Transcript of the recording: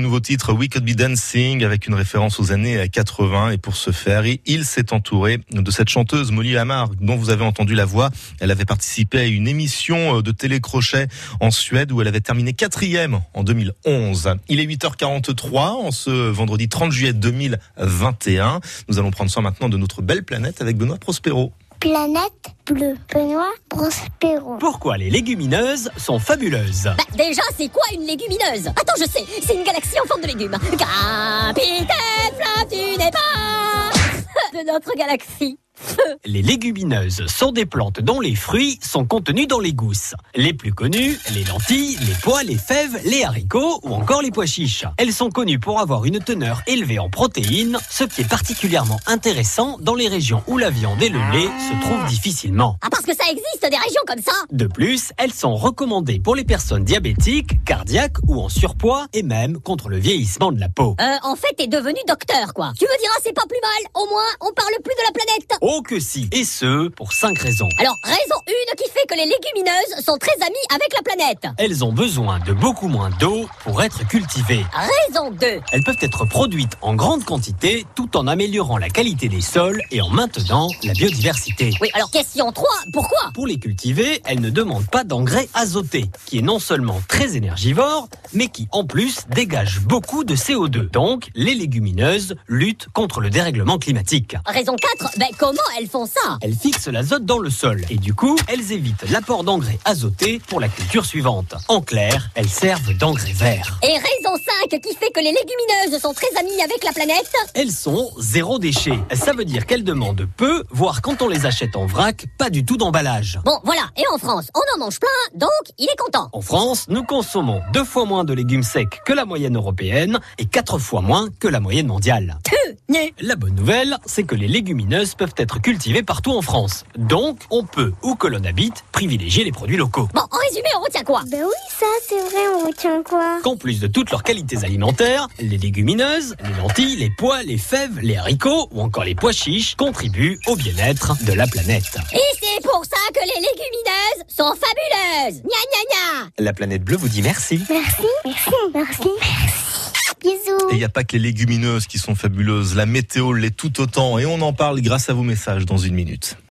nouveau titre We Could Be Dancing avec une référence aux années 80 et pour ce faire, il s'est entouré de cette chanteuse Molly Lamar dont vous avez entendu la voix. Elle avait participé à une émission euh, de télécrochet en Suède où elle avait terminé quatrième en 2011. Il est 8h43 en ce vendredi 30 juillet 2021. Nous allons prendre soin maintenant de notre belle planète avec Benoît Prospero. Planète bleue, Benoît Prospero. Pourquoi les légumineuses sont fabuleuses Bah, déjà, c'est quoi une légumineuse Attends, je sais, c'est une galaxie en forme de légumes. Capitaine Flamme, tu n'es pas de notre galaxie. Les légumineuses sont des plantes dont les fruits sont contenus dans les gousses. Les plus connues, les lentilles, les pois, les fèves, les haricots ou encore les pois chiches. Elles sont connues pour avoir une teneur élevée en protéines, ce qui est particulièrement intéressant dans les régions où la viande et le lait se trouvent difficilement. Ah, parce que ça existe des régions comme ça De plus, elles sont recommandées pour les personnes diabétiques, cardiaques ou en surpoids et même contre le vieillissement de la peau. Euh, en fait, t'es devenu docteur, quoi. Tu me diras, c'est pas plus mal. Au moins, on parle plus de la planète. Oh que si Et ce, pour cinq raisons. Alors, raison une qui fait que les légumineuses sont très amies avec la planète. Elles ont besoin de beaucoup moins d'eau pour être cultivées. Raison 2. Elles peuvent être produites en grande quantité tout en améliorant la qualité des sols et en maintenant la biodiversité. Oui, alors question 3, pourquoi Pour les cultiver, elles ne demandent pas d'engrais azoté, qui est non seulement très énergivore, mais qui en plus dégage beaucoup de CO2. Donc, les légumineuses luttent contre le dérèglement climatique. Raison 4, ben comment elles font ça Elles fixent l'azote dans le sol et du coup, elles évitent l'apport d'engrais azotés pour la culture suivante. En clair, elles servent d'engrais verts. Et raison 5 qui fait que les légumineuses sont très amies avec la planète. Elles sont zéro déchet. Ça veut dire qu'elles demandent peu, voire quand on les achète en vrac, pas du tout d'emballage. Bon, voilà, et en France, on en mange plein, donc il est content. En France, nous consommons deux fois moins de légumes secs que la moyenne européenne et quatre fois moins que la moyenne mondiale. Né. La bonne nouvelle, c'est que les légumineuses peuvent être cultivées partout en France. Donc, on peut, où que l'on habite, privilégier les produits locaux. Bon, en résumé, on retient quoi Ben oui, ça, c'est vrai, on retient quoi Qu'en plus de toutes leurs qualités alimentaires, les légumineuses, les lentilles, les pois, les fèves, les haricots ou encore les pois chiches contribuent au bien-être de la planète. Et c'est pour ça que les légumineuses sont fabuleuses. Gna gna gna. La planète bleue vous dit merci. Merci, merci, merci, merci. Bisous. Et il n'y a pas que les légumineuses qui sont fabuleuses, la météo l'est tout autant et on en parle grâce à vos messages dans une minute.